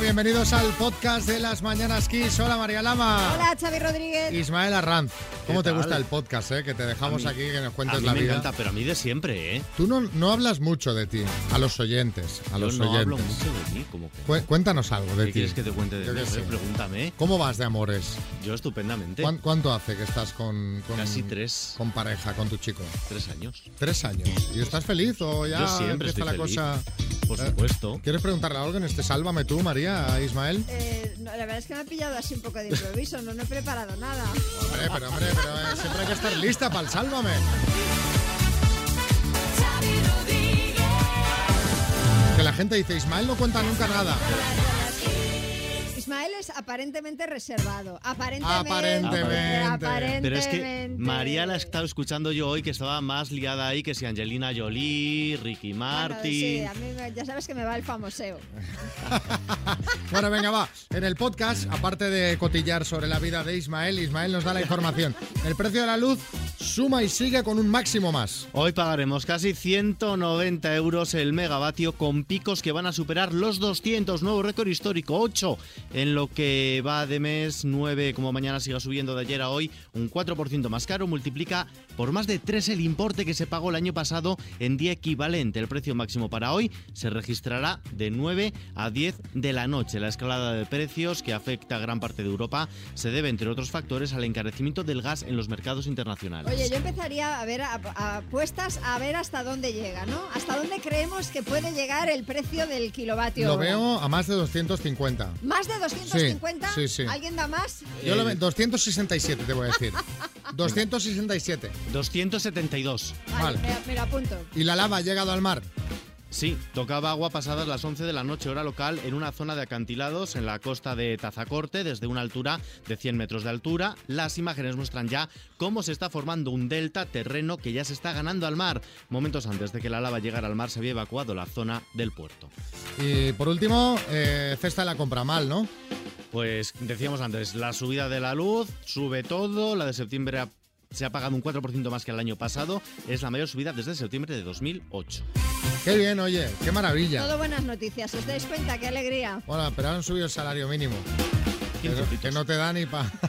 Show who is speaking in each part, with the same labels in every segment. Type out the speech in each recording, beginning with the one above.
Speaker 1: Bienvenidos al podcast de las Mañanas Kiss. Hola María Lama.
Speaker 2: Hola Xavi Rodríguez.
Speaker 1: Ismael Arranz. ¿Cómo
Speaker 3: ¿Qué
Speaker 1: te
Speaker 3: tal?
Speaker 1: gusta el podcast, eh? Que te dejamos aquí, que nos
Speaker 3: A
Speaker 1: cuentes
Speaker 3: mí
Speaker 1: la
Speaker 3: me
Speaker 1: vida.
Speaker 3: encanta, pero a mí de siempre, ¿eh?
Speaker 1: Tú no, no hablas mucho de ti, a los oyentes, a
Speaker 3: Yo
Speaker 1: los
Speaker 3: no
Speaker 1: oyentes.
Speaker 3: hablo mucho de mí, como que...
Speaker 1: Cué- Cuéntanos algo
Speaker 3: ¿Qué
Speaker 1: de ti.
Speaker 3: quieres que te cuente de
Speaker 1: Yo
Speaker 3: mí?
Speaker 1: qué
Speaker 3: A ver,
Speaker 1: sé.
Speaker 3: Pregúntame.
Speaker 1: ¿Cómo vas de amores?
Speaker 3: Yo estupendamente.
Speaker 1: ¿Cuán- ¿Cuánto hace que estás con, con-
Speaker 3: Casi tres,
Speaker 1: con pareja, con tu chico?
Speaker 3: tres años.
Speaker 1: Tres años. ¿Y estás feliz o ya
Speaker 3: Yo siempre
Speaker 1: empieza la
Speaker 3: estoy feliz.
Speaker 1: cosa?
Speaker 3: Por
Speaker 1: Eh,
Speaker 3: supuesto.
Speaker 1: ¿Quieres preguntarle algo en este Sálvame tú, María, a Ismael?
Speaker 2: Eh, no, la verdad es que me ha pillado así un poco de improviso, no, no he preparado nada.
Speaker 1: Hombre, pero hombre, pero eh, siempre hay que estar lista para el Sálvame. Que la gente dice, Ismael no cuenta nunca nada.
Speaker 2: Ismael es aparentemente reservado. Aparentemente.
Speaker 1: Aparentemente.
Speaker 2: Aparentemente.
Speaker 3: Pero es que María la he estado escuchando yo hoy, que estaba más liada ahí que si Angelina Jolie, Ricky
Speaker 2: Bueno, sí,
Speaker 3: Martin...
Speaker 2: a mí me- ya sabes que me va el famoseo.
Speaker 1: Bueno, venga, va. En el podcast, aparte de cotillar sobre la vida de Ismael, Ismael nos da la información. El precio de la luz suma y sigue con un máximo más.
Speaker 3: Hoy pagaremos casi 190 euros el megavatio con picos que van a superar los 200, nuevo récord histórico, 8 en lo que va de mes, 9 como mañana siga subiendo de ayer a hoy, un 4% más caro, multiplica por más de 3 el importe que se pagó el año pasado en día equivalente. El precio máximo para hoy se registrará de 9 a 10 de la noche. La escalada de precios que afecta a gran parte de Europa se debe, entre otros factores, al encarecimiento del gas en los mercados internacionales.
Speaker 2: Oye, yo empezaría a ver a- a- apuestas a ver hasta dónde llega, ¿no? Hasta dónde creemos que puede llegar el precio del kilovatio.
Speaker 1: Lo veo a más de 250.
Speaker 2: ¿Más de 250?
Speaker 1: Sí, sí, sí.
Speaker 2: ¿Alguien da más?
Speaker 1: Yo lo veo,
Speaker 3: Eh,
Speaker 1: 267 te voy a decir. 267.
Speaker 3: 272.
Speaker 2: Vale,
Speaker 1: Vale.
Speaker 2: me, me lo apunto.
Speaker 1: ¿Y la lava ha llegado al mar?
Speaker 3: Sí, tocaba agua pasadas las 11 de la noche hora local en una zona de acantilados en la costa de Tazacorte desde una altura de 100 metros de altura. Las imágenes muestran ya cómo se está formando un delta terreno que ya se está ganando al mar. Momentos antes de que la lava llegara al mar se había evacuado la zona del puerto.
Speaker 1: Y por último, eh, cesta de la compra mal, ¿no?
Speaker 3: Pues decíamos antes, la subida de la luz sube todo, la de septiembre ha- se ha pagado un 4% más que el año pasado, es la mayor subida desde septiembre de 2008.
Speaker 1: Qué bien, oye, qué maravilla.
Speaker 2: Todo buenas noticias, ¿os dais cuenta? ¡Qué alegría!
Speaker 1: Hola, pero han subido el salario mínimo. Que no, que no te da ni pa.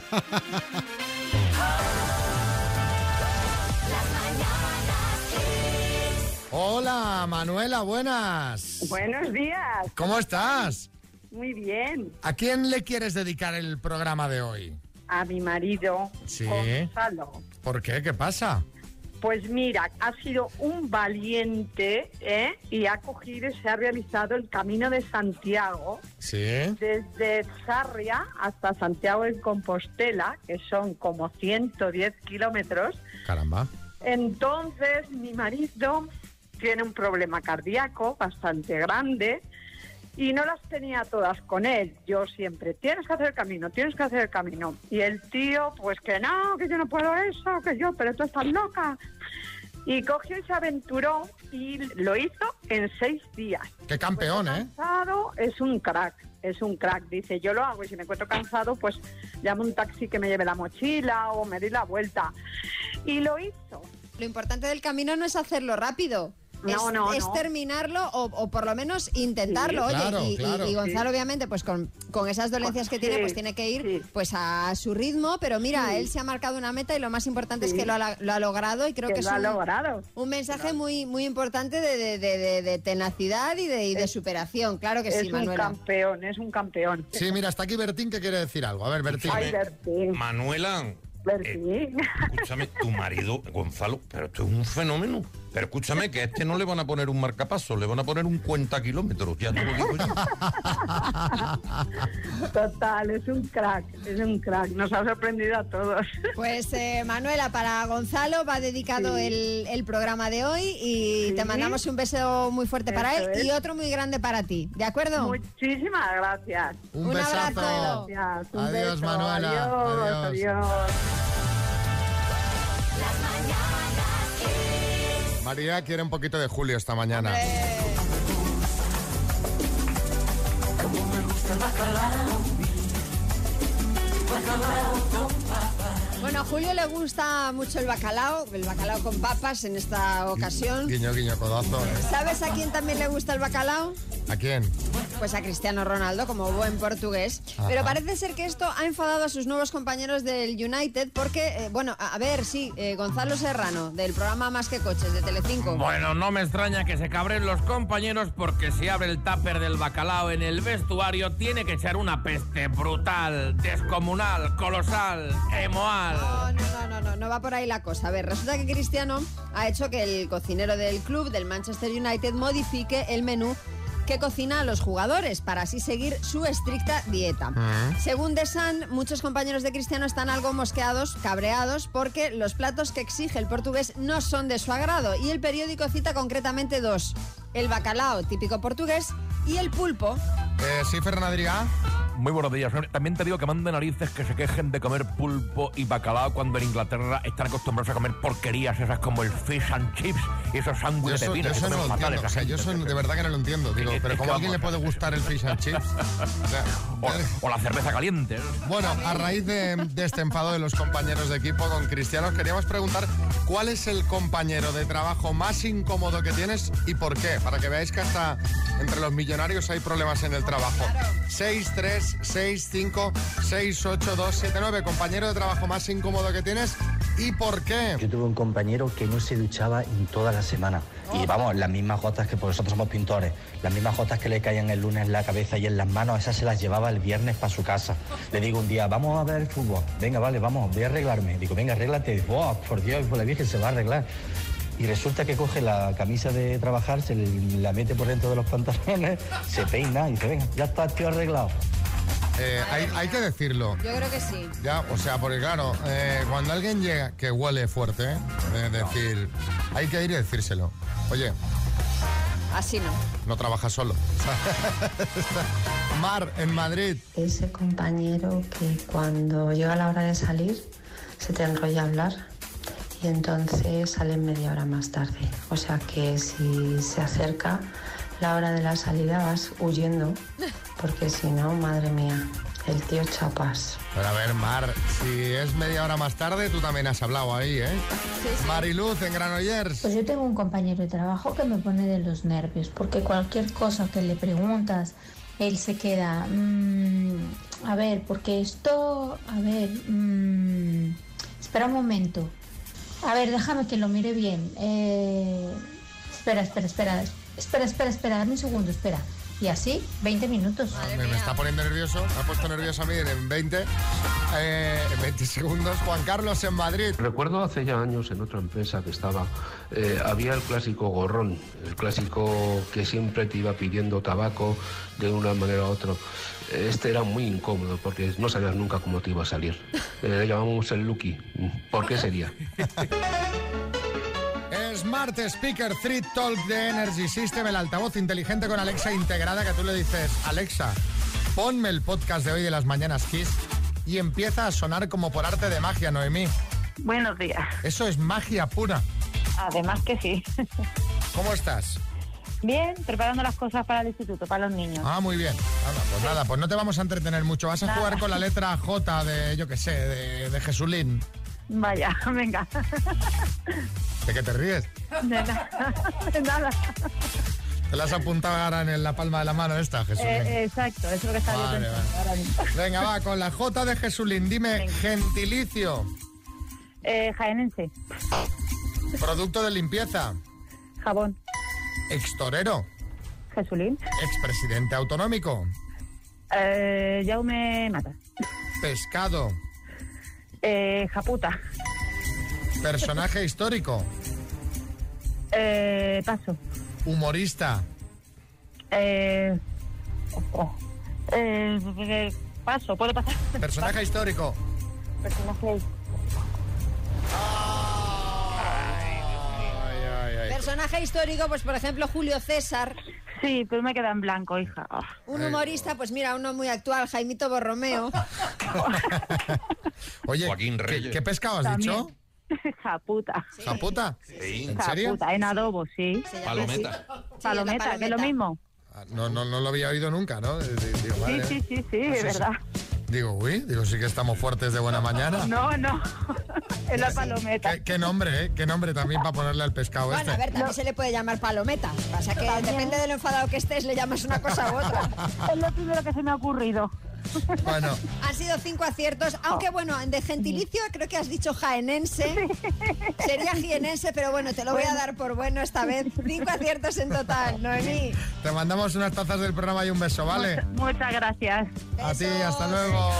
Speaker 1: Hola, Manuela, buenas.
Speaker 4: Buenos días,
Speaker 1: ¿Cómo estás?
Speaker 4: muy bien.
Speaker 1: ¿A quién le quieres dedicar el programa de hoy?
Speaker 4: A mi marido,
Speaker 1: Sí.
Speaker 4: Gonzalo.
Speaker 1: ¿Por qué? ¿Qué pasa?
Speaker 4: Pues mira, ha sido un valiente ¿eh? y ha cogido y se ha realizado el camino de Santiago
Speaker 1: Sí.
Speaker 4: desde Sarria hasta Santiago de Compostela, que son como 110 kilómetros.
Speaker 1: Caramba.
Speaker 4: Entonces, mi marido tiene un problema cardíaco bastante grande y no las tenía todas con él. Yo siempre, tienes que hacer el camino, tienes que hacer el camino. Y el tío, pues que no, que yo no puedo eso, que yo, pero tú estás loca. Y cogió y se aventuró y lo hizo en seis días.
Speaker 1: Qué campeón, ¿eh?
Speaker 4: Cansado es un crack, es un crack. Dice, yo lo hago y si me encuentro cansado, pues llamo un taxi que me lleve la mochila o me dé la vuelta. Y lo hizo.
Speaker 2: Lo importante del camino no es hacerlo rápido.
Speaker 4: No,
Speaker 2: es,
Speaker 4: no,
Speaker 2: es
Speaker 4: no.
Speaker 2: terminarlo o, o por lo menos intentarlo.
Speaker 1: Sí,
Speaker 2: Oye,
Speaker 1: claro,
Speaker 2: y, y-
Speaker 1: claro.
Speaker 2: y Gonzalo, obviamente, pues con, con esas dolencias que tiene,
Speaker 4: sí,
Speaker 2: pues tiene que ir
Speaker 4: sí.
Speaker 2: pues a su ritmo. Pero mira,
Speaker 4: Sí.
Speaker 2: él se ha marcado una meta y lo más importante es
Speaker 4: Sí.
Speaker 2: que lo ha, lo ha logrado y creo que,
Speaker 4: que
Speaker 2: es
Speaker 4: lo ha
Speaker 2: un,
Speaker 4: logrado.
Speaker 2: un mensaje muy, muy importante de, de- de- de- de tenacidad y de, y de superación. Claro que
Speaker 4: es
Speaker 2: sí,
Speaker 4: un
Speaker 2: Manuela.
Speaker 4: campeón, es un campeón.
Speaker 1: Sí, mira, está aquí Bertín que quiere decir algo. A ver, Bertín.
Speaker 4: Ay, Bertín,
Speaker 5: Manuela,
Speaker 1: Eh,
Speaker 4: Bertín.
Speaker 5: escúchame, tu marido, Gonzalo, pero esto es un fenómeno. Pero escúchame, que a este no le van a poner un marcapaso, le van a poner un cuenta kilómetros, ya te lo digo yo.
Speaker 4: Total, es un crack, es un crack. Nos ha sorprendido a todos.
Speaker 2: Pues eh, Manuela, para Gonzalo va dedicado
Speaker 4: Sí.
Speaker 2: el, el programa de hoy y te
Speaker 4: Sí.
Speaker 2: mandamos un beso muy fuerte para
Speaker 4: Eso
Speaker 2: él
Speaker 4: es.
Speaker 2: y otro muy grande para ti, ¿de acuerdo?
Speaker 4: Muchísimas gracias.
Speaker 1: Un,
Speaker 2: Un
Speaker 1: besazo.
Speaker 2: abrazo.
Speaker 4: Gracias. Un
Speaker 1: Adiós,
Speaker 4: beso.
Speaker 1: Manuela.
Speaker 4: Adiós,
Speaker 1: Adiós.
Speaker 4: adiós.
Speaker 1: María quiere un poquito de Julio esta mañana.
Speaker 2: Eh, Bueno, a Julio le gusta mucho el bacalao, el bacalao con papas en esta ocasión.
Speaker 1: Guiño, guiño, codazo.
Speaker 2: ¿Sabes a quién también le gusta el bacalao?
Speaker 1: ¿A quién?
Speaker 2: Pues a Cristiano Ronaldo, como buen portugués. Pero parece ser que esto ha enfadado a sus nuevos compañeros del United porque, eh, bueno, a, a ver, sí, eh, Gonzalo Serrano, del programa Más que Coches, de Telecinco.
Speaker 6: Bueno, no me extraña que se cabren los compañeros porque si abre el tupper del bacalao en el vestuario tiene que echar una peste brutal, descomunal, colosal, emoal.
Speaker 2: No, no, no, no, no, no va por ahí la cosa. A ver, resulta que Cristiano ha hecho que el cocinero del club del Manchester United modifique el menú que cocina a los jugadores para así seguir su estricta dieta. Según The Sun, muchos compañeros de Cristiano están algo mosqueados, cabreados, porque los platos que exige el portugués no son de su agrado y el periódico cita concretamente dos, el bacalao típico portugués y el pulpo.
Speaker 1: Eh, sí, Fernandría.
Speaker 6: Muy buenos días. También te digo que manden narices que se quejen de comer pulpo y bacalao cuando en Inglaterra están acostumbrados a comer porquerías esas como el fish and chips y esos
Speaker 1: Yo
Speaker 6: sándwiches
Speaker 1: eso,
Speaker 6: de
Speaker 1: yo
Speaker 6: pino. que
Speaker 1: eso no
Speaker 6: comen
Speaker 1: lo
Speaker 6: fatal
Speaker 1: entiendo.
Speaker 6: esa
Speaker 1: O sea, yo
Speaker 6: gente.
Speaker 1: eso de verdad que no lo entiendo. Digo,
Speaker 6: Es-
Speaker 1: pero
Speaker 6: es
Speaker 1: ¿cómo
Speaker 6: que
Speaker 1: a alguien le
Speaker 6: vamos,
Speaker 1: puede gustar el fish and chips? O sea,
Speaker 6: o, o la cerveza caliente. ¿no?
Speaker 1: Bueno, a raíz de, de este enfado de los compañeros de equipo con Cristiano, os queríamos preguntar cuál es el compañero de trabajo más incómodo que tienes y por qué. Para que veáis que hasta entre los millonarios hay problemas en el trabajo. 6, 3, 6, 5, 6, 8, 2, 7, 9. Compañero de trabajo más incómodo que tienes y por qué.
Speaker 7: Yo tuve un compañero que no se duchaba en toda la semana.
Speaker 1: Oh.
Speaker 7: Y vamos, las mismas gotas que por nosotros somos pintores, las mismas gotas que le caían el lunes en la cabeza y en las manos, esas se las llevaba el viernes para su casa. Le digo un día, vamos a ver el fútbol. Venga, vale, vamos, voy a arreglarme. Digo, venga, arréglate. Buah, por Dios, por la Virgen se va a arreglar. Y resulta que coge la camisa de trabajar, se le- la mete por dentro de los pantalones, se peina y dice, venga, ya está, tío arreglado.
Speaker 1: Eh, hay, hay que decirlo.
Speaker 2: Yo creo que sí.
Speaker 1: Ya, o sea, porque claro, eh, cuando alguien llega que huele fuerte, ¿eh? es decir, hay que ir y decírselo. Oye,
Speaker 2: Así no.
Speaker 1: no trabajas solo. Mar, en Madrid.
Speaker 8: Ese compañero que cuando llega la hora de salir se te enrolla a hablar y entonces salen media hora más tarde. O sea que si se acerca la hora de la salida vas huyendo porque si no, madre mía, el tío chapas.
Speaker 1: Pero a ver, Mar, si es media hora más tarde, tú también has hablado ahí, ¿eh? Mariluz, en Granollers.
Speaker 9: Pues yo tengo un compañero de trabajo que me pone de los nervios, porque cualquier cosa que le preguntas, él se queda, "Mm, a ver, porque esto, a ver, mm, espera un momento, a ver, déjame que lo mire bien, eh, espera, espera, espera, espera, espera, espera, dame un segundo, espera, y así, 20 minutos.
Speaker 1: Me, me está poniendo nervioso, me ha puesto nervioso a mí en 20, eh, en 20 segundos. Juan Carlos, en Madrid.
Speaker 10: Recuerdo hace ya años en otra empresa que estaba, eh, había el clásico gorrón, el clásico que siempre te iba pidiendo tabaco de una manera u otra. Este era muy incómodo porque no sabías nunca cómo te iba a salir. Eh, le llamamos el Lucky. ¿Por qué sería?
Speaker 1: Smart Speaker 3 Talk de Energy System, el altavoz inteligente con Alexa integrada que tú le dices, Alexa, ponme el podcast de hoy de las mañanas Kiss y empieza a sonar como por arte de magia, Noemí.
Speaker 11: Buenos días.
Speaker 1: Eso es magia pura.
Speaker 12: Además que sí.
Speaker 1: ¿Cómo estás?
Speaker 12: Bien, preparando las cosas para el instituto, para los niños.
Speaker 1: Ah, muy bien. Anda, pues nada, pues no te vamos a entretener mucho. Vas a jugar con la letra J de, yo qué sé, de, de Jesulín.
Speaker 12: Vaya, venga.
Speaker 1: ¿De qué te ríes?
Speaker 12: De nada. De nada.
Speaker 1: Te la has apuntado ahora en la palma de la mano esta, Jesulín.
Speaker 12: Eh, exacto, eso es lo que estaba
Speaker 1: Vale,
Speaker 12: yo pensando
Speaker 1: vale.
Speaker 12: ahora mismo.
Speaker 1: Venga, va, con la J de Jesulín. Dime, gentilicio,
Speaker 12: Eh, jaenense,
Speaker 1: producto de limpieza,
Speaker 12: jabón,
Speaker 1: extorero,
Speaker 12: Jesulín,
Speaker 1: expresidente autonómico,
Speaker 12: eh, Jaume Mata,
Speaker 1: pescado,
Speaker 12: eh, japuta,
Speaker 1: personaje histórico,
Speaker 12: eh, paso,
Speaker 1: humorista,
Speaker 12: eh, ojo, eh, eh, paso, ¿puedo pasar?
Speaker 1: personaje histórico.
Speaker 12: Personaje
Speaker 1: Ay, ay, ay.
Speaker 2: Personaje histórico, pues por ejemplo Julio César.
Speaker 12: Sí, pero me queda en blanco, hija. Ah.
Speaker 2: Un humorista, pues mira, uno muy actual, Jaimito Borromeo.
Speaker 1: Oye,
Speaker 4: Joaquín
Speaker 1: ¿qué,
Speaker 4: Reyes.
Speaker 1: qué pescado has
Speaker 12: También.
Speaker 1: dicho?
Speaker 12: Japuta.
Speaker 1: ¿Japuta?
Speaker 4: Sí.
Speaker 1: ¿En serio?
Speaker 12: Japuta, en adobo, sí.
Speaker 2: Se llama así.
Speaker 4: Palometa.
Speaker 2: Sí, es la
Speaker 12: palometa, que es lo mismo.
Speaker 1: Ah, No, no, no lo había oído nunca, ¿no? Eh, di- digo,
Speaker 12: Sí,
Speaker 1: madre,
Speaker 12: sí, sí, sí,
Speaker 1: pues
Speaker 12: es
Speaker 1: eso. Ah,
Speaker 12: verdad.
Speaker 1: Digo, uy, digo, sí que estamos fuertes de buena mañana.
Speaker 4: No, no. Es la palometa.
Speaker 1: ¿Qué, qué nombre, eh? Qué nombre también para ponerle al pescado
Speaker 2: Bueno,
Speaker 1: este.
Speaker 2: a ver, también se le puede llamar palometa. Pasa que depende de lo enfadado que estés, le llamas una cosa u otra.
Speaker 13: Es lo primero que se me ha ocurrido. Oh.
Speaker 1: Bueno,
Speaker 2: Han sido cinco aciertos, aunque bueno, de gentilicio creo que has dicho jaenense. Sería jienense, pero bueno, te lo voy a dar por bueno esta vez. Cinco aciertos en total, Noemí.
Speaker 1: te mandamos unas tazas del programa y un beso, ¿vale?
Speaker 13: Muchas gracias.
Speaker 1: A ti, hasta luego.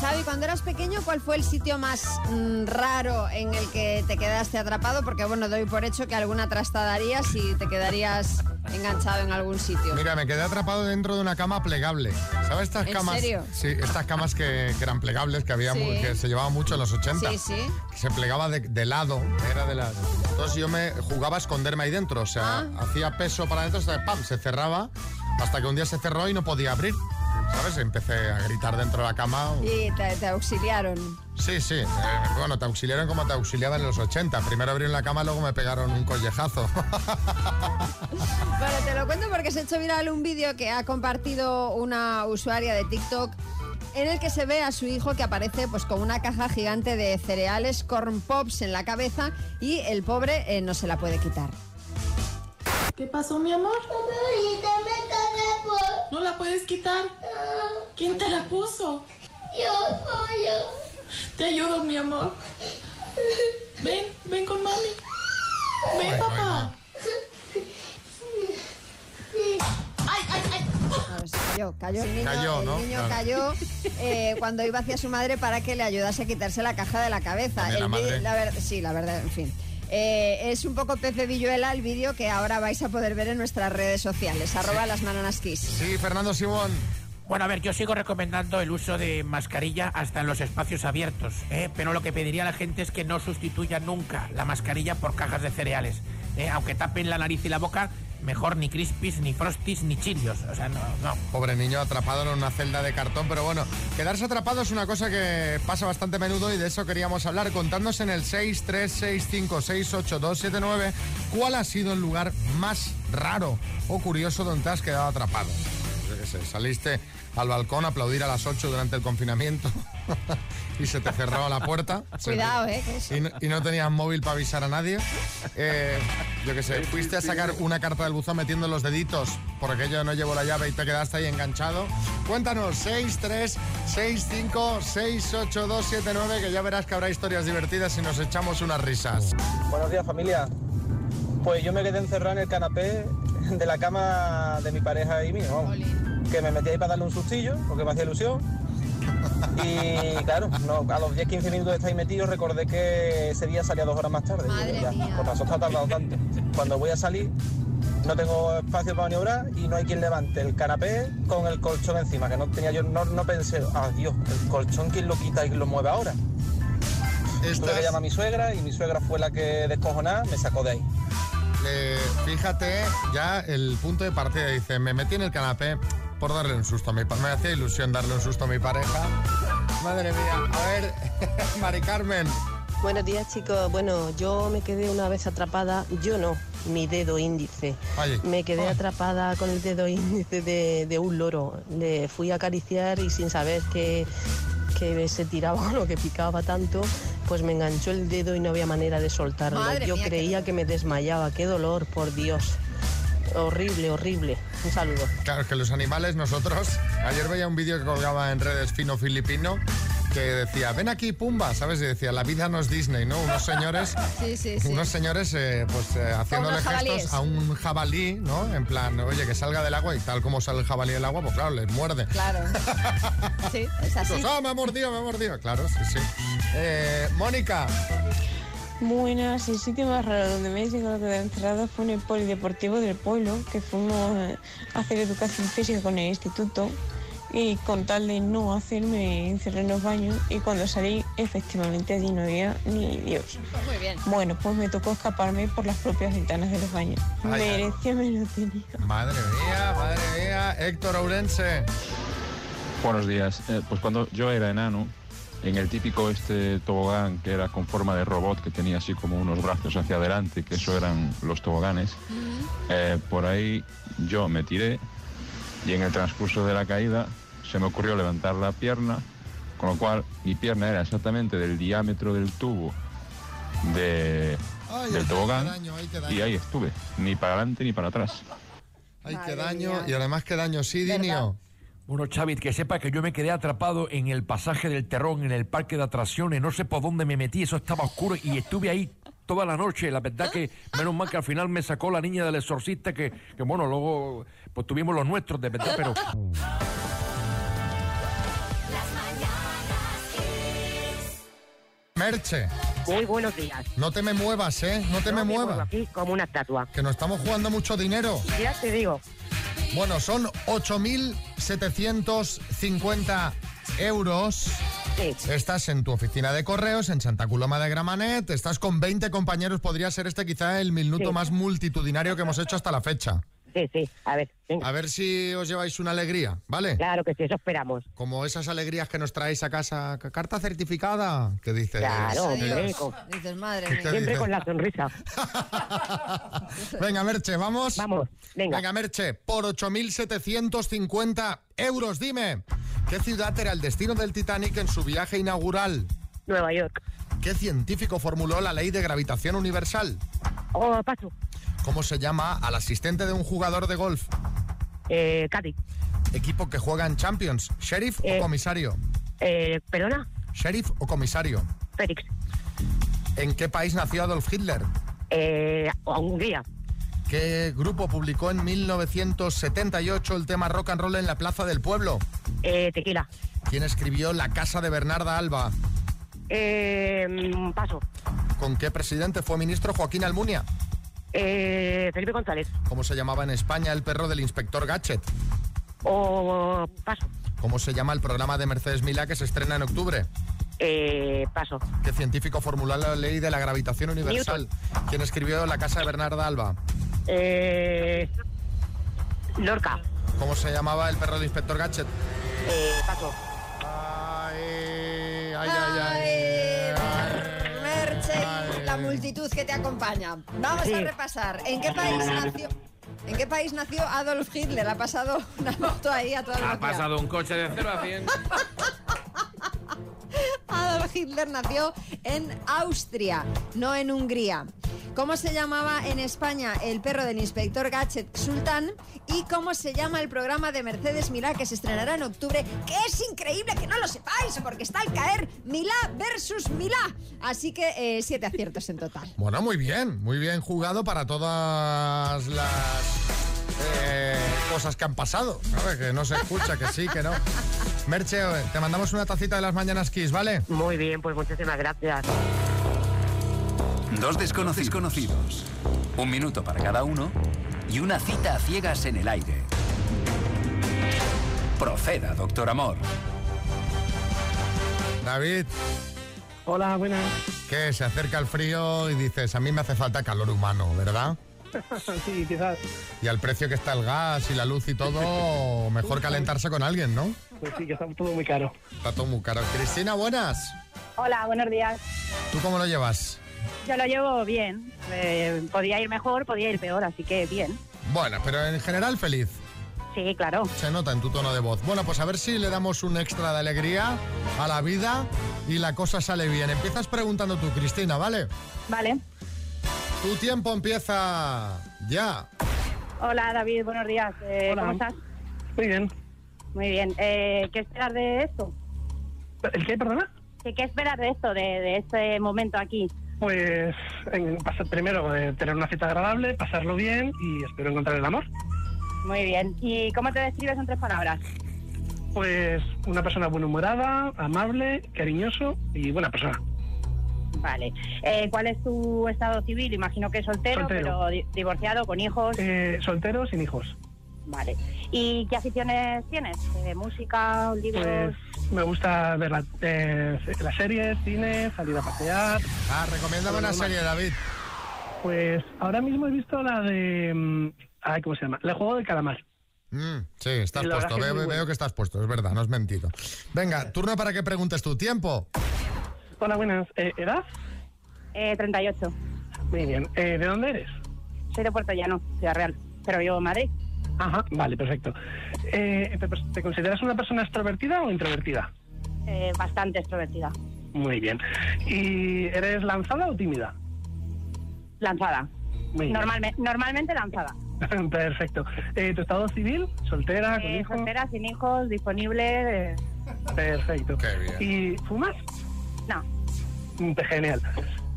Speaker 2: Xavi, cuando eras pequeño, ¿cuál fue el sitio más mm, raro en el que te quedaste atrapado? Porque bueno, doy por hecho que alguna trasta darías y te quedarías enganchado en algún sitio.
Speaker 1: Mira, me quedé atrapado dentro de una cama plegable. ¿Sabes estas
Speaker 2: ¿En
Speaker 1: camas?
Speaker 2: serio?
Speaker 1: Sí, estas camas que, que eran plegables, que había
Speaker 2: Sí.
Speaker 1: mu- que se llevaban mucho en los 80.
Speaker 2: Sí, sí.
Speaker 1: Que se plegaba de, de lado, era de las. Entonces yo me jugaba a esconderme ahí dentro, o sea,
Speaker 2: Ah.
Speaker 1: hacía peso para adentro, hasta que, pam, se cerraba, hasta que un día se cerró y no podía abrir. ¿Sabes? Empecé a gritar dentro de la cama.
Speaker 2: Y te, te auxiliaron.
Speaker 1: Sí, sí. eh, bueno, te auxiliaron como te auxiliaban en los 80. Primero abrieron la cama, luego me pegaron un collejazo.
Speaker 2: Bueno, te lo cuento porque se ha hecho viral un vídeo que ha compartido una usuaria de TikTok en el que se ve a su hijo que aparece pues con una caja gigante de cereales corn pops en la cabeza y el pobre eh, no se la puede quitar.
Speaker 14: ¿Qué pasó, mi amor? ¿No la puedes quitar? ¿Quién te la puso? Yo, Te ayudo, mi amor. Ven, ven con mami. Ven, papá. Ay, ay, ay.
Speaker 2: Pues cayó, cayó el niño,
Speaker 1: Cayó,
Speaker 2: el
Speaker 1: ¿no?
Speaker 2: niño
Speaker 1: Claro.
Speaker 2: cayó eh, cuando iba hacia su madre para que le ayudase a quitarse la caja de la cabeza.
Speaker 1: También la
Speaker 2: El vi-
Speaker 1: madre.
Speaker 2: ver- sí, la verdad, en fin. Eh, es un poco Pepe Villuela el vídeo que ahora vais a poder ver en nuestras redes sociales, arroba las bananas kiss.
Speaker 1: Sí, Fernando Simón.
Speaker 15: Bueno, a ver, yo sigo recomendando el uso de mascarilla hasta en los espacios abiertos, ¿eh? pero lo que pediría a la gente es que no sustituya nunca la mascarilla por cajas de cereales. ¿eh? Aunque tapen la nariz y la boca, mejor ni crispies, ni frosties, ni chilios. O sea, no, no.
Speaker 1: Pobre niño atrapado en una celda de cartón, pero bueno, quedarse atrapado es una cosa que pasa bastante a menudo y de eso queríamos hablar. Contadnos en el 636568279 cuál ha sido el lugar más raro o curioso donde te has quedado atrapado. Yo qué sé, saliste al balcón a aplaudir a las 8 durante el confinamiento y se te cerraba la puerta.
Speaker 2: Cuidado, eh, que
Speaker 1: Y no, y no tenías móvil para avisar a nadie. Eh, yo qué sé, fuiste a sacar una carta del buzón metiendo los deditos porque yo no llevo la llave y te quedaste ahí enganchado. Cuéntanos, 6, 3, 6, 5, 6, 8, 2, 7, 9, que ya verás que habrá historias divertidas y nos echamos unas risas.
Speaker 16: Buenos días familia. Pues yo me quedé encerrado en el canapé de la cama de mi pareja y mío, vamos. que me metí ahí para darle un sustillo, porque me hacía ilusión. Y claro, no, a los 10-15 minutos de estar ahí metido recordé que ese día salía dos horas más tarde.
Speaker 2: Madre
Speaker 16: Digo, ya, Por razón Pues está tardado tanto. Cuando voy a salir no tengo espacio para maniobrar y no hay quien levante el canapé con el colchón encima, que no tenía yo, no, no pensé, adiós, el colchón quién lo quita y lo mueve ahora. Tuve que llamar a mi suegra y mi suegra fue la que descojonada me sacó de ahí.
Speaker 1: Eh, fíjate ya el punto de partida. Dice, me metí en el canapé por darle un susto a mi pareja. Me hacía ilusión darle un susto a mi pareja. Madre mía, a ver, Mari Carmen.
Speaker 17: Buenos días chicos, bueno, yo me quedé una vez atrapada, yo no, mi dedo índice.
Speaker 1: Ay.
Speaker 17: Me quedé atrapada con el dedo índice de, de un loro. Le fui a acariciar y sin saber que, que se tiraba o lo que picaba tanto, pues me enganchó el dedo y no había manera de soltarlo.
Speaker 2: Madre
Speaker 17: yo
Speaker 2: mía, qué
Speaker 17: creía que me desmayaba, qué dolor, por Dios. Horrible, horrible. Un saludo.
Speaker 1: Claro, es que los animales, nosotros. Ayer veía un vídeo que colgaba en redes fino filipino que decía, ven aquí, pumba, ¿sabes? Y decía, la vida no es Disney, ¿no? Unos señores.
Speaker 2: Sí, sí,
Speaker 1: Unos señores eh, pues eh, haciéndole
Speaker 2: unos
Speaker 1: gestos
Speaker 2: jabalíes.
Speaker 1: a un jabalí, ¿no? En plan, oye, que salga del agua y tal como sale el jabalí del agua, pues claro, les muerde.
Speaker 2: Claro. Sí, es así.
Speaker 1: Pues, ah, me ha mordido, me ha mordido. Claro, sí, sí. Eh, Mónica,
Speaker 18: Buenas, el sitio más raro donde me he llegado a quedar encerrada fue en el polideportivo del pueblo, que fuimos eh, a hacer educación física con el instituto y con tal de no hacerme encerré en los baños y cuando salí efectivamente allí no había ni Dios.
Speaker 2: Muy bien.
Speaker 18: Bueno, pues me tocó escaparme por las propias ventanas de los baños.
Speaker 1: Ay, ay.
Speaker 18: Merecía menos tenía.
Speaker 1: madre mía, madre mía, Héctor Ourense.
Speaker 19: Buenos días. Eh, pues cuando yo era enano, en el típico este tobogán que era con forma de robot, que tenía así como unos brazos hacia adelante, que eso eran los toboganes. Eh, por ahí yo me tiré y en el transcurso de la caída se me ocurrió levantar la pierna, con lo cual mi pierna era exactamente del diámetro del tubo de-
Speaker 1: Ay, ahí
Speaker 19: del
Speaker 1: te
Speaker 19: tobogán
Speaker 1: daño, ahí te daño.
Speaker 19: y ahí estuve, ni para adelante ni para atrás.
Speaker 1: Ay, qué daño. Y además, qué daño. Sí, Dinio.
Speaker 20: Bueno, Chávez, que sepa que yo me quedé atrapado en el pasaje del Terrón, en el parque de atracciones, no sé por dónde me metí, eso estaba oscuro y estuve ahí toda la noche. La verdad que, menos mal que al final me sacó la niña del exorcista, que, que bueno, luego pues tuvimos los nuestros, de verdad, pero...
Speaker 1: Merche.
Speaker 21: Muy buenos días.
Speaker 1: No te me muevas, ¿eh? No te
Speaker 21: Yo
Speaker 1: me
Speaker 21: muevo
Speaker 1: muevas.
Speaker 21: aquí como una estatua.
Speaker 1: Que nos estamos jugando mucho dinero.
Speaker 21: Ya te digo.
Speaker 1: Bueno, son 8.750 euros. Estás en tu oficina de correos en Santa Coloma de Gramanet. Estás con 20 compañeros. Podría ser este quizá el minuto
Speaker 21: Sí.
Speaker 1: más multitudinario que hemos hecho hasta la fecha.
Speaker 21: Sí, sí, a ver, venga.
Speaker 1: A ver si os lleváis una alegría, ¿vale?
Speaker 21: Claro que sí, eso esperamos.
Speaker 1: Como esas alegrías que nos traéis a casa. ca- Carta certificada, que dices.
Speaker 21: Claro, hombre,
Speaker 1: Adiós.
Speaker 21: con-
Speaker 2: Dices, madre
Speaker 1: ¿Qué te
Speaker 2: mía.
Speaker 1: Siempre dice? con
Speaker 21: la sonrisa.
Speaker 1: Venga, Merche, ¿vamos?
Speaker 21: Vamos, venga.
Speaker 1: Venga, Merche, por 8.750 euros, dime, ¿qué ciudad era el destino del Titanic en su viaje inaugural?
Speaker 21: Nueva York.
Speaker 1: ¿Qué científico formuló la ley de gravitación universal?
Speaker 21: Oh, paso.
Speaker 1: ¿Cómo se llama al asistente de un jugador de golf?
Speaker 21: Eh, Cádiz.
Speaker 1: ¿Equipo que juega en Champions? ¿Sheriff o comisario?
Speaker 21: Eh, ¿Perdona?
Speaker 1: ¿Sheriff o comisario?
Speaker 21: Félix.
Speaker 1: ¿En qué país nació Adolf Hitler?
Speaker 21: Eh, Hungría.
Speaker 1: ¿Qué grupo publicó en 1978 el tema rock and roll en la Plaza del Pueblo?
Speaker 21: Eh, tequila.
Speaker 1: ¿Quién escribió La Casa de Bernarda Alba?
Speaker 21: Eh, mm, paso.
Speaker 1: ¿Con qué presidente fue ministro Joaquín Almunia?
Speaker 21: Eh, Felipe González.
Speaker 1: ¿Cómo se llamaba en España el perro del inspector Gadget?
Speaker 21: O paso.
Speaker 1: ¿Cómo se llama el programa de Mercedes Milá que se estrena en octubre?
Speaker 21: Eh, paso.
Speaker 1: ¿Qué científico formuló la ley de la gravitación universal? ¿Quién escribió La Casa de Bernarda Alba?
Speaker 21: Eh, Lorca.
Speaker 1: ¿Cómo se llamaba el perro del inspector Gadget?
Speaker 21: Eh, paso.
Speaker 1: Ay, ay, ay,
Speaker 2: Ay, Merche, la multitud que te acompaña. Vamos a
Speaker 1: Sí.
Speaker 2: repasar. ¿En qué país nació? ¿En qué país nació Adolf Hitler? Ha pasado una moto ahí a toda
Speaker 22: Ha
Speaker 2: velocidad.
Speaker 22: pasado un coche de 0 a 100.
Speaker 2: Adolf Hitler nació en Austria, no en Hungría. ¿Cómo se llamaba en España el perro del inspector Gadget Sultán? ¿Y cómo se llama el programa de Mercedes Milá que se estrenará en octubre? Que es increíble que no lo sepáis, porque está al caer Milá versus Milá. Así que eh, siete aciertos en total.
Speaker 1: Bueno, muy bien, muy bien jugado para todas las eh, cosas que han pasado. ¿sabes? Que no se escucha, que sí, que no. Merche, te mandamos una tacita de las mañanas Kiss, ¿vale?
Speaker 21: Muy bien, pues muchísimas gracias.
Speaker 23: Dos desconocidos conocidos. Un minuto para cada uno y una cita a ciegas en el aire. Proceda, doctor amor.
Speaker 1: David.
Speaker 10: Hola, buenas.
Speaker 1: Que se acerca el frío y dices, a mí me hace falta calor humano, ¿verdad?
Speaker 10: sí, quizás.
Speaker 1: Y al precio que está el gas y la luz y todo, mejor calentarse con alguien, ¿no?
Speaker 10: Pues sí, que está todo muy caro.
Speaker 1: Está todo muy caro. Cristina, buenas.
Speaker 12: Hola, buenos días.
Speaker 1: ¿Tú cómo lo llevas?
Speaker 12: Yo lo llevo bien. Eh, podía ir mejor, podía ir peor, así que bien.
Speaker 1: Bueno, pero en general feliz.
Speaker 12: Sí, claro.
Speaker 1: Se nota en tu tono de voz. Bueno, pues a ver si le damos un extra de alegría a la vida y la cosa sale bien. Empiezas preguntando tú, Cristina, ¿vale?
Speaker 12: Vale.
Speaker 1: Tu tiempo empieza ya.
Speaker 12: Hola, David, buenos días. Eh,
Speaker 1: Hola.
Speaker 12: ¿Cómo estás?
Speaker 10: Muy bien.
Speaker 12: Muy bien. Eh, ¿Qué esperas de esto?
Speaker 10: ¿El qué, perdona?
Speaker 12: ¿Qué, qué esperas de esto, de, de este momento aquí?
Speaker 10: Pues en- pasar primero eh, tener una cita agradable, pasarlo bien y espero encontrar el amor.
Speaker 12: Muy bien. ¿Y cómo te describes en tres palabras?
Speaker 10: Pues una persona buenhumorada, amable, cariñoso y buena persona.
Speaker 12: Vale. Eh, ¿Cuál es tu estado civil? Imagino que soltero,
Speaker 10: Soltero.
Speaker 12: pero di- divorciado, con hijos.
Speaker 10: Eh, soltero, sin hijos.
Speaker 12: Vale. ¿Y qué aficiones tienes? Eh, ¿Música, libros?
Speaker 10: Pues me gusta ver la, eh, las series, cine, salir a pasear.
Speaker 1: Ah, recomiéndame una serie, David.
Speaker 10: Pues ahora mismo he visto la de... mm, Ay, ¿cómo se llama? El juego de calamar.
Speaker 1: Mm, sí, estás
Speaker 3: La verdad
Speaker 1: puesto.
Speaker 3: que es
Speaker 1: Veo,
Speaker 3: muy
Speaker 1: veo
Speaker 3: bueno.
Speaker 1: que estás puesto, es verdad, no has mentido. Venga, turno para que preguntes tu tiempo.
Speaker 10: Hola, buenas. Eh, ¿Edad?
Speaker 12: Eh, 38.
Speaker 10: Muy bien. Eh, ¿De dónde eres?
Speaker 12: Soy de Puerto Llano, Ciudad Real. Pero vivo en Madrid.
Speaker 10: Ajá, vale, perfecto. Eh, ¿te, ¿Te consideras una persona extrovertida o introvertida?
Speaker 12: Eh, bastante extrovertida.
Speaker 10: Muy bien. ¿Y eres lanzada o tímida?
Speaker 12: Lanzada.
Speaker 10: Muy bien.
Speaker 12: Normalme- normalmente lanzada.
Speaker 10: Perfecto. Eh, ¿Tu estado civil? ¿Soltera? Ah, ¿Con
Speaker 12: Eh,
Speaker 10: hijos?
Speaker 12: soltera, sin hijos, disponible. eh,
Speaker 10: Perfecto. ¿Y fumas?
Speaker 12: No.
Speaker 10: Mm, Genial.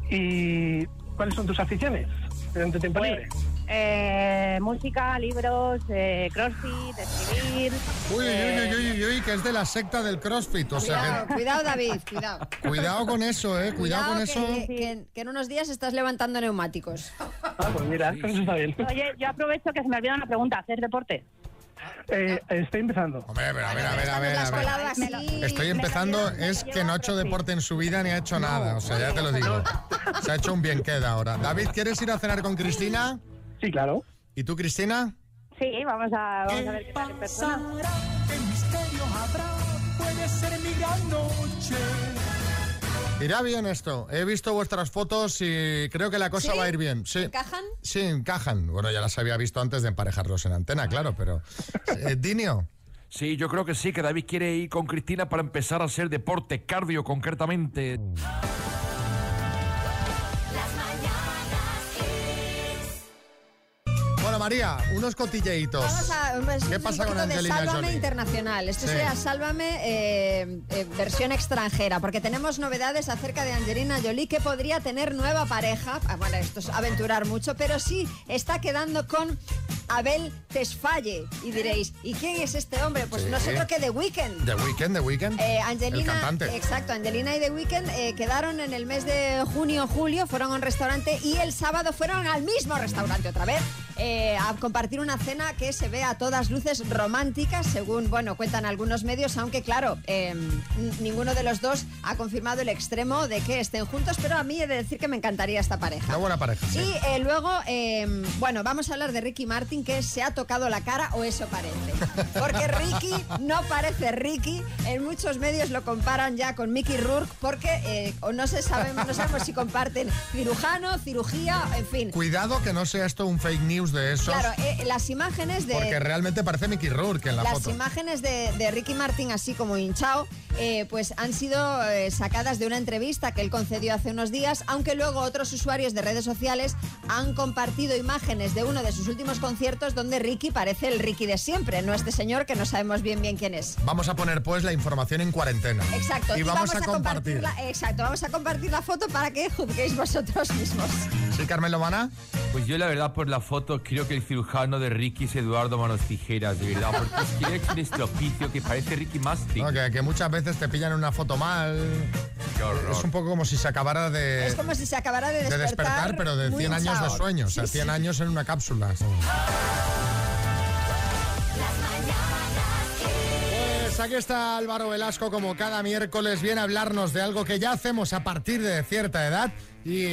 Speaker 10: ¿Y cuáles son tus aficiones en tu tiempo libre?
Speaker 12: eh, música, libros, eh, crossfit, escribir.
Speaker 1: Uy, uy,
Speaker 12: Eh.
Speaker 1: uy, uy, uy, uy, que es de la secta del CrossFit, o sea
Speaker 2: Cuidado, cuidado, David, cuidado.
Speaker 1: que... Cuidado con eso, eh, cuidado, con eso.
Speaker 2: Que, que- que en unos días estás levantando neumáticos.
Speaker 10: Ah, pues mira, eso está bien.
Speaker 12: Oye, yo aprovecho que se me olvida una pregunta. ¿Hacer deporte?
Speaker 10: Eh, estoy empezando.
Speaker 1: Hombre, a ver, a ver, a ver, a ver. a ver. Estoy empezando, es que no ha hecho deporte en su vida ni ha hecho nada, o sea, ya te lo digo. Se ha hecho un bien queda ahora. David, ¿quieres ir a cenar con Cristina?
Speaker 10: Sí, claro.
Speaker 1: ¿Y tú, Cristina?
Speaker 12: Sí, vamos a, vamos a ver qué tal en persona.
Speaker 7: ¿Qué misterio habrá? Puede ser mi gran noche.
Speaker 1: Irá bien esto. He visto vuestras fotos y creo que la cosa
Speaker 2: ¿Sí?
Speaker 1: va a ir bien. Sí.
Speaker 2: ¿Encajan?
Speaker 1: Sí, encajan. Bueno, ya las había visto antes de emparejarlos en antena, claro, pero... Eh, Dinio.
Speaker 20: Sí, yo creo que sí, que David quiere ir con Cristina para empezar a hacer deporte, cardio concretamente.
Speaker 1: Bueno, María, unos cotilleitos.
Speaker 2: Vamos a, pues,
Speaker 1: ¿Qué
Speaker 2: un
Speaker 1: pasa con
Speaker 2: poquito de
Speaker 1: Angelina
Speaker 2: Sálvame
Speaker 1: Jolie?
Speaker 2: Internacional. Esto
Speaker 1: Sí.
Speaker 2: sea Sálvame eh, eh, versión extranjera, porque tenemos novedades acerca de Angelina Jolie que podría tener nueva pareja. Ah, Bueno, esto es aventurar mucho, pero sí está quedando con Abel Tesfaye. Y diréis, ¿y quién es este hombre? Pues
Speaker 1: Sí.
Speaker 2: no sé, creo que The Weeknd.
Speaker 1: The Weeknd, The Weeknd.
Speaker 2: Eh,
Speaker 1: El
Speaker 2: Angelina,
Speaker 1: cantante.
Speaker 2: exacto, Angelina y The Weeknd eh, quedaron en el mes de junio, julio, fueron a un restaurante y el sábado fueron al mismo restaurante otra vez eh, a compartir una cena que se ve a todas luces romántica, según bueno cuentan algunos medios, aunque claro eh, n- ninguno de los dos ha confirmado el extremo de que estén juntos, pero a mí he de decir que me encantaría esta pareja.
Speaker 1: Una buena pareja, sí.
Speaker 2: Y eh, luego, eh, bueno, vamos a hablar de Ricky Martin, que se ha tocado la cara, o eso parece. Porque Ricky no parece Ricky. En muchos medios lo comparan ya con Mickey Rourke, porque eh, o no, se sabemos, no sabemos si comparten cirujano, cirugía, en fin.
Speaker 1: Cuidado que no sea esto un fake news de esos.
Speaker 2: Claro, eh, las imágenes de...
Speaker 1: Porque realmente parece Mickey Rourke en la
Speaker 2: Las
Speaker 1: foto.
Speaker 2: imágenes de, de Ricky Martin, así como hinchao, eh, pues han sido eh, sacadas de una entrevista que él concedió hace unos días, aunque luego otros usuarios de redes sociales han compartido imágenes de uno de sus últimos conciertos donde Ricky parece el Ricky de siempre, no este señor que no sabemos bien bien quién es.
Speaker 1: Vamos a poner pues la información en cuarentena.
Speaker 2: Exacto.
Speaker 1: Y, vamos, a compartir.
Speaker 2: compartirla. Exacto, vamos a compartir la foto para que juzguéis vosotros mismos.
Speaker 1: Sí, Carmen Lomana.
Speaker 6: Pues yo la verdad por la foto creo que el cirujano de Ricky es Eduardo Manos Tijeras, de verdad, porque es que es un estropicio que parece Ricky Mastin.
Speaker 1: No, que, que muchas veces te pillan una foto mal. Es un poco como si se acabara de,
Speaker 2: es como si se acabara de
Speaker 1: Eh, de
Speaker 2: despertar.
Speaker 1: despertar, pero de
Speaker 2: muy
Speaker 1: 100 años de
Speaker 2: hinchao.
Speaker 1: sueño. O sea,
Speaker 2: Sí,
Speaker 1: 100
Speaker 2: sí.
Speaker 1: años en una cápsula. Pues Aquí está Álvaro Velasco como cada miércoles viene a hablarnos de algo que ya hacemos a partir de cierta edad y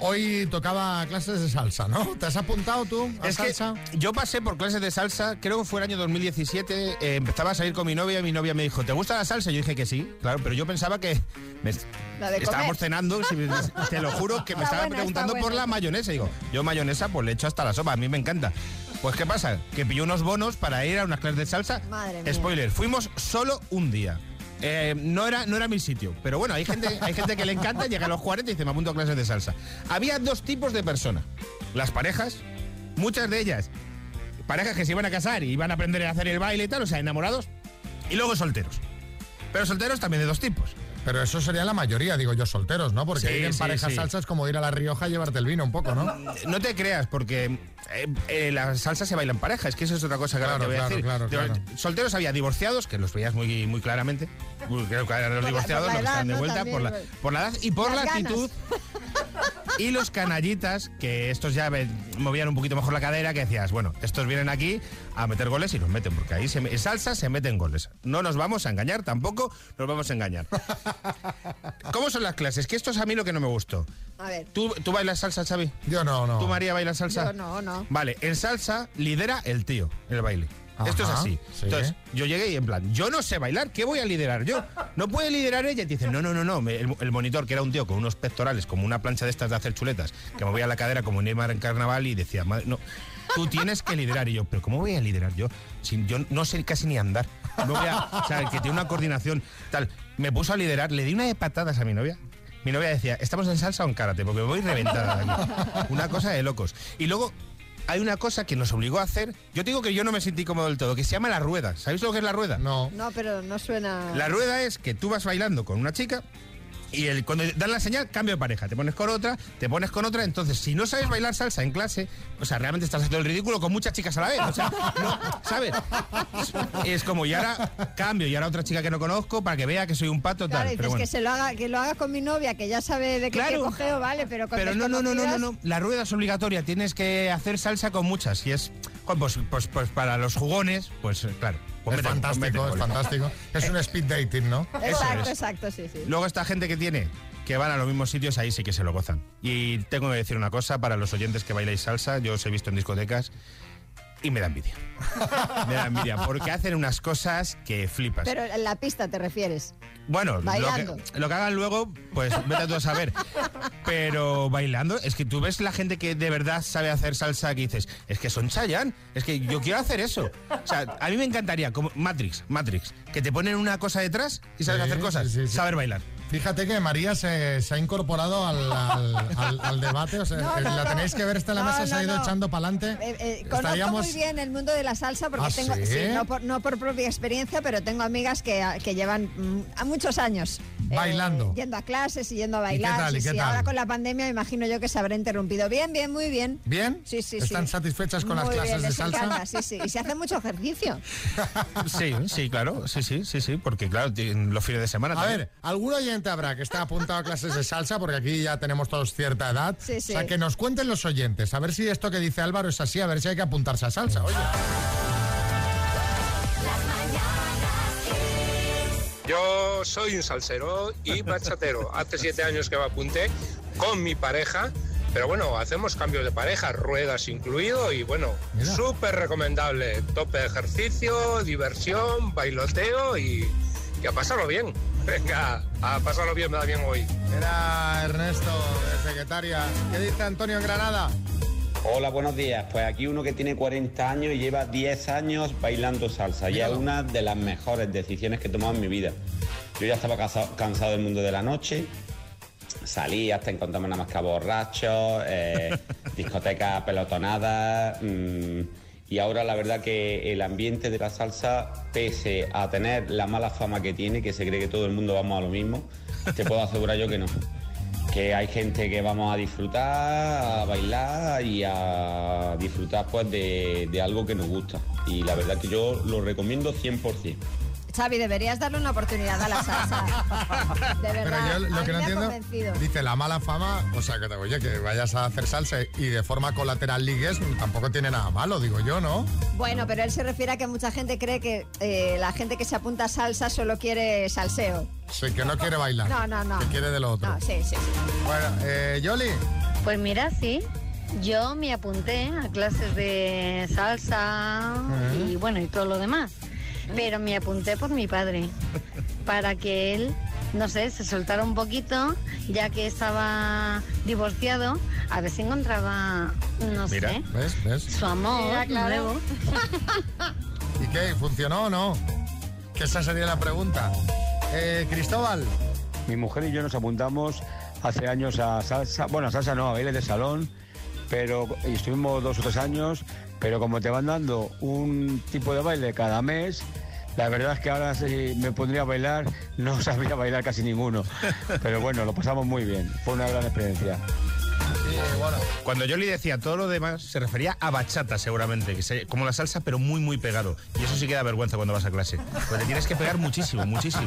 Speaker 1: hoy tocaba clases de salsa, ¿no? ¿Te has apuntado tú a
Speaker 24: Es que
Speaker 1: salsa?
Speaker 24: yo pasé por clases de salsa, creo que fue el año 2017, eh, empezaba a salir con mi novia y mi novia me dijo, ¿te gusta la salsa? Yo dije que sí, claro, pero yo pensaba que me-
Speaker 2: La de
Speaker 24: estábamos
Speaker 2: comer.
Speaker 24: cenando, si me- te lo juro, que me
Speaker 2: Está
Speaker 24: estaba
Speaker 2: buena,
Speaker 24: preguntando
Speaker 2: está
Speaker 24: por
Speaker 2: buena.
Speaker 24: la mayonesa. Y digo, yo mayonesa pues le echo hasta la sopa, a mí me encanta. Pues ¿qué pasa? Que pilló unos bonos para ir a unas clases de salsa.
Speaker 2: Madre mía.
Speaker 24: Spoiler, fuimos solo un día. Eh, no, era, no era mi sitio, pero bueno, hay gente, hay gente que le encanta, llega a los 40 y dice, me apunto a clases de salsa. Había dos tipos de personas. Las parejas, muchas de ellas, parejas que se iban a casar y iban a aprender a hacer el baile y tal, o sea, enamorados, y luego solteros. Pero solteros también de dos tipos.
Speaker 1: Pero eso sería la mayoría, digo yo, solteros, ¿no? Porque
Speaker 24: Sí,
Speaker 1: ir en
Speaker 24: sí,
Speaker 1: pareja
Speaker 24: sí.
Speaker 1: salsa es como ir a La Rioja y llevarte el vino un poco, ¿no?
Speaker 24: Eh, No te creas, porque eh, eh, la salsa se baila en pareja, es que eso es otra cosa que ahora
Speaker 1: Claro,
Speaker 24: te voy a
Speaker 1: claro,
Speaker 24: decir.
Speaker 1: claro,
Speaker 24: Digo,
Speaker 1: claro.
Speaker 24: Solteros había divorciados, que los veías muy, muy claramente. Uy, Creo que eran
Speaker 7: Por
Speaker 24: los
Speaker 7: la-
Speaker 24: divorciados
Speaker 7: por la
Speaker 24: los que
Speaker 7: edad,
Speaker 24: están de
Speaker 7: ¿no?
Speaker 24: vuelta
Speaker 7: También,
Speaker 24: por, la,
Speaker 7: pues.
Speaker 24: por la edad y por
Speaker 7: Las
Speaker 24: la
Speaker 7: ganas.
Speaker 24: actitud. Y los canallitas, que estos ya ve- movían un poquito mejor la cadera, que decías, bueno, estos vienen aquí a meter goles y nos meten, porque ahí se, me- en salsa se meten goles. No nos vamos a engañar, tampoco nos vamos a engañar. ¿Cómo son las clases? Que esto es a mí lo que no me gustó.
Speaker 2: A ver.
Speaker 24: ¿Tú, tú bailas salsa, Xavi?
Speaker 1: Yo no, no.
Speaker 24: ¿Tú, María, bailas salsa?
Speaker 2: Yo no, no.
Speaker 24: Vale, en salsa lidera el tío en el baile. Esto es
Speaker 1: Ajá,
Speaker 24: así.
Speaker 1: sí.
Speaker 24: Entonces, yo llegué y en plan, yo no sé bailar, ¿qué voy a liderar yo? No puede liderar ella. Y te dicen, no, no, no, no. me- El, el monitor, que era un tío con unos pectorales, como una plancha de estas de hacer chuletas, que movía la cadera como Neymar en carnaval y decía, madre, no, tú tienes que liderar. Y yo, ¿pero cómo voy a liderar yo? Si yo no sé casi ni andar. No voy a, o sea, el que tiene una coordinación tal. Me puso a liderar, le di una de patadas a mi novia. Mi novia decía, ¿estamos en salsa o en karate? Porque me voy reventada de aquí. Una cosa de locos. Y luego hay una cosa que nos obligó a hacer. Yo te digo que yo no me sentí cómodo del todo, que se llama la rueda. ¿Sabéis lo que es la rueda? No.
Speaker 2: No, pero no suena.
Speaker 24: La rueda es que tú vas bailando con una chica y el, cuando dan la señal, cambio de pareja. Te pones con otra, te pones con otra. Entonces, si no sabes bailar salsa en clase, o sea, realmente estás haciendo el ridículo con muchas chicas a la vez. O sea, no, ¿sabes? Es como, y ahora cambio, y ahora otra chica que no conozco para que vea que soy un pato tal.
Speaker 2: Claro, dices
Speaker 24: Pero bueno.
Speaker 2: que se lo haga, que lo haga con mi novia, que ya sabe de qué,
Speaker 24: Claro.
Speaker 2: qué cogeo, vale, pero con
Speaker 24: Pero no, no, no, no, no,
Speaker 2: desconocidas-
Speaker 24: no. La rueda es obligatoria. Tienes que hacer salsa con muchas. Y es. jo, Pues, pues, pues para los jugones, pues eh, claro.
Speaker 1: Es fantástico, es fantástico.
Speaker 24: Es un speed dating, ¿no?
Speaker 2: Exacto, exacto, sí, sí.
Speaker 24: Luego esta gente que tiene, que van a los mismos sitios, ahí sí que se lo gozan. Y tengo que decir una cosa para los oyentes que bailáis salsa, yo os he visto en discotecas y me da envidia. Me da envidia, porque hacen unas cosas que flipas.
Speaker 2: Pero en la pista te refieres.
Speaker 24: bueno, lo
Speaker 2: bailando.
Speaker 24: que, lo que hagan luego, pues vete tú a saber. Pero bailando, es que tú ves la gente que de verdad sabe hacer salsa que dices, es que son Chayanne, es que yo quiero hacer eso. O sea, a mí me encantaría, como Matrix, Matrix, que te ponen una cosa detrás y sabes
Speaker 1: Sí,
Speaker 24: hacer cosas,
Speaker 1: sí, sí, sí.
Speaker 24: saber bailar.
Speaker 1: Fíjate que María se, se ha incorporado al, al- al- al debate. O sea,
Speaker 2: No,
Speaker 1: el-
Speaker 2: no,
Speaker 1: la
Speaker 2: no.
Speaker 1: tenéis que ver, está en la
Speaker 2: No,
Speaker 1: mesa, se
Speaker 2: no,
Speaker 1: ha ido
Speaker 2: no.
Speaker 1: echando para adelante.
Speaker 2: Eh, eh, conozco
Speaker 1: Estaríamos-
Speaker 2: muy bien el mundo de la salsa porque
Speaker 1: ¿Ah,
Speaker 2: tengo,
Speaker 1: sí?
Speaker 2: no, por, no por propia experiencia, pero tengo amigas que, que llevan mm, a muchos años eh,
Speaker 1: Bailando.
Speaker 2: yendo a clases y yendo a
Speaker 1: ¿Y qué
Speaker 2: bailar.
Speaker 1: tal,
Speaker 2: sí,
Speaker 1: y qué
Speaker 2: sí.
Speaker 1: tal?
Speaker 2: Ahora con la pandemia me imagino yo que se habrá interrumpido. Bien, bien, muy bien.
Speaker 1: ¿Bien?
Speaker 2: Sí, sí,
Speaker 1: ¿Están
Speaker 2: sí.
Speaker 1: satisfechas con las
Speaker 2: Muy bien,
Speaker 1: clases de
Speaker 2: les
Speaker 1: salsa?
Speaker 2: encanta, sí, sí. Y se hace mucho ejercicio.
Speaker 24: Sí, sí, claro, sí, sí, sí, sí, porque claro, tienen los fines de semana.
Speaker 1: A
Speaker 24: también.
Speaker 1: ver, algún oyente habrá que está apuntado a clases de salsa, porque aquí ya tenemos todos cierta edad.
Speaker 2: Sí, sí.
Speaker 1: O sea, que nos cuenten los oyentes, a ver si esto que dice Álvaro es así, a ver si hay que apuntarse a
Speaker 2: Mm.
Speaker 1: salsa, oye.
Speaker 3: Yo soy un salsero y bachatero. Hace siete años que me apunté con mi pareja, pero bueno, hacemos cambios de pareja, ruedas incluido y bueno, súper recomendable. Tope de ejercicio, diversión, bailoteo y, y a pasarlo bien. Venga, a pasarlo bien, me da bien hoy.
Speaker 1: Era Ernesto, de secretaria. ¿Qué dice Antonio en Granada?
Speaker 25: Hola, buenos días. Pues aquí uno que tiene 40 años y lleva 10 años bailando salsa. Y es una de las mejores decisiones que he tomado en mi vida. Yo ya estaba casa- cansado del mundo de la noche. Salí hasta encontrarme nada más que a borrachos, eh, discotecas pelotonadas. mm, y ahora la verdad que el ambiente de la salsa, pese a tener la mala fama que tiene, que se cree que todo el mundo vamos a lo mismo, te puedo asegurar yo que no que hay gente que vamos a disfrutar, a bailar y a disfrutar pues de, de algo que nos gusta. Y la verdad que yo lo recomiendo 100%.
Speaker 2: Xavi, deberías darle una oportunidad a la salsa. De verdad.
Speaker 1: Pero yo
Speaker 2: a
Speaker 1: lo
Speaker 2: mí
Speaker 1: que no
Speaker 2: me ha
Speaker 1: entiendo,
Speaker 2: convencido.
Speaker 1: dice la mala fama, o sea, que te oye, que vayas a hacer salsa y de forma colateral ligues, tampoco tiene nada malo, digo yo, ¿no?
Speaker 2: Bueno, pero él se refiere a que mucha gente cree que eh, la gente que se apunta a salsa solo quiere salseo.
Speaker 1: Sí, que no quiere bailar.
Speaker 2: No, no, no.
Speaker 1: Que quiere de lo otro.
Speaker 2: No, sí, sí, sí.
Speaker 1: Bueno, eh, Yoli.
Speaker 9: Pues mira, sí. Yo me apunté a clases de salsa y bueno, y todo lo demás. Pero me apunté por mi padre, para que él, no sé, se soltara un poquito, ya que estaba divorciado, a ver si encontraba, no
Speaker 1: Mira,
Speaker 9: sé,
Speaker 1: ¿ves? ¿Ves?
Speaker 9: su amor
Speaker 2: Mira, claro.
Speaker 9: nuevo.
Speaker 1: ¿Y qué? ¿Funcionó o no? Que esa sería la pregunta. Eh, Cristóbal.
Speaker 26: Mi mujer y yo nos apuntamos hace años a salsa, bueno, a salsa no, a bailes de salón, pero y estuvimos dos o tres años, pero como te van dando un tipo de baile cada mes, la verdad es que ahora si me pondría a bailar, no sabía bailar casi ninguno. Pero bueno, lo pasamos muy bien, fue una gran experiencia.
Speaker 24: Cuando yo le decía todo lo demás, se refería a bachata seguramente, que se- como la salsa, pero muy, muy pegado. Y eso sí que da vergüenza cuando vas a clase. Pues te tienes que pegar muchísimo, muchísimo.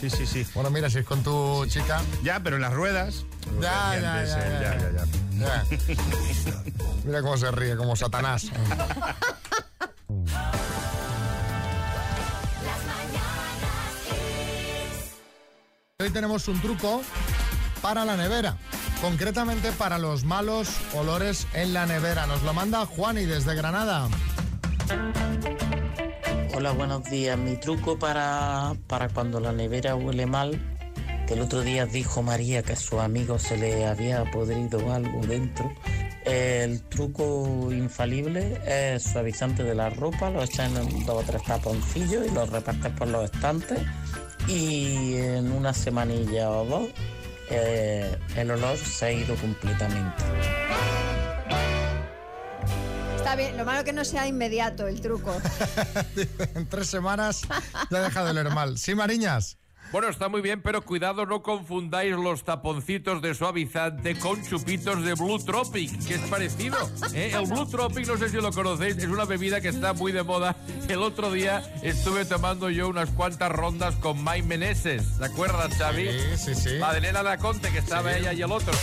Speaker 24: Sí, sí, sí.
Speaker 1: Bueno, mira, si es con tu chica.
Speaker 24: Ya, pero en las ruedas. lo que
Speaker 1: Ya,
Speaker 24: decía
Speaker 1: ya,
Speaker 24: antes,
Speaker 1: ya,
Speaker 24: eh,
Speaker 1: ya,
Speaker 24: ya, ya.
Speaker 1: Ya. Mira cómo se ríe, como Satanás. Hoy tenemos un truco para la nevera, concretamente para los malos olores en la nevera. Nos lo manda Juani desde Granada.
Speaker 27: Hola, buenos días. Mi truco para, para cuando la nevera huele mal, que el otro día dijo María que a su amigo se le había podrido algo dentro. El truco infalible es suavizante de la ropa, lo echas en dos o tres taponcillos y lo repartes por los estantes y en una semanilla o dos eh, el olor se ha ido completamente.
Speaker 2: Está bien, lo malo que no sea inmediato el truco.
Speaker 1: en tres semanas ya deja de oler mal. ¿Sí, Mariñas?
Speaker 6: Bueno, está muy bien, pero cuidado, no confundáis los taponcitos de suavizante con chupitos de Blue Tropic, que es parecido. ¿eh? El Blue Tropic, no sé si lo conocéis, es una bebida que está muy de moda. El otro día estuve tomando yo unas cuantas rondas con Mike Meneses, ¿te acuerdas, Xavi?
Speaker 1: Sí, sí, sí.
Speaker 6: La de Elena Laconte, que estaba ella y el otro.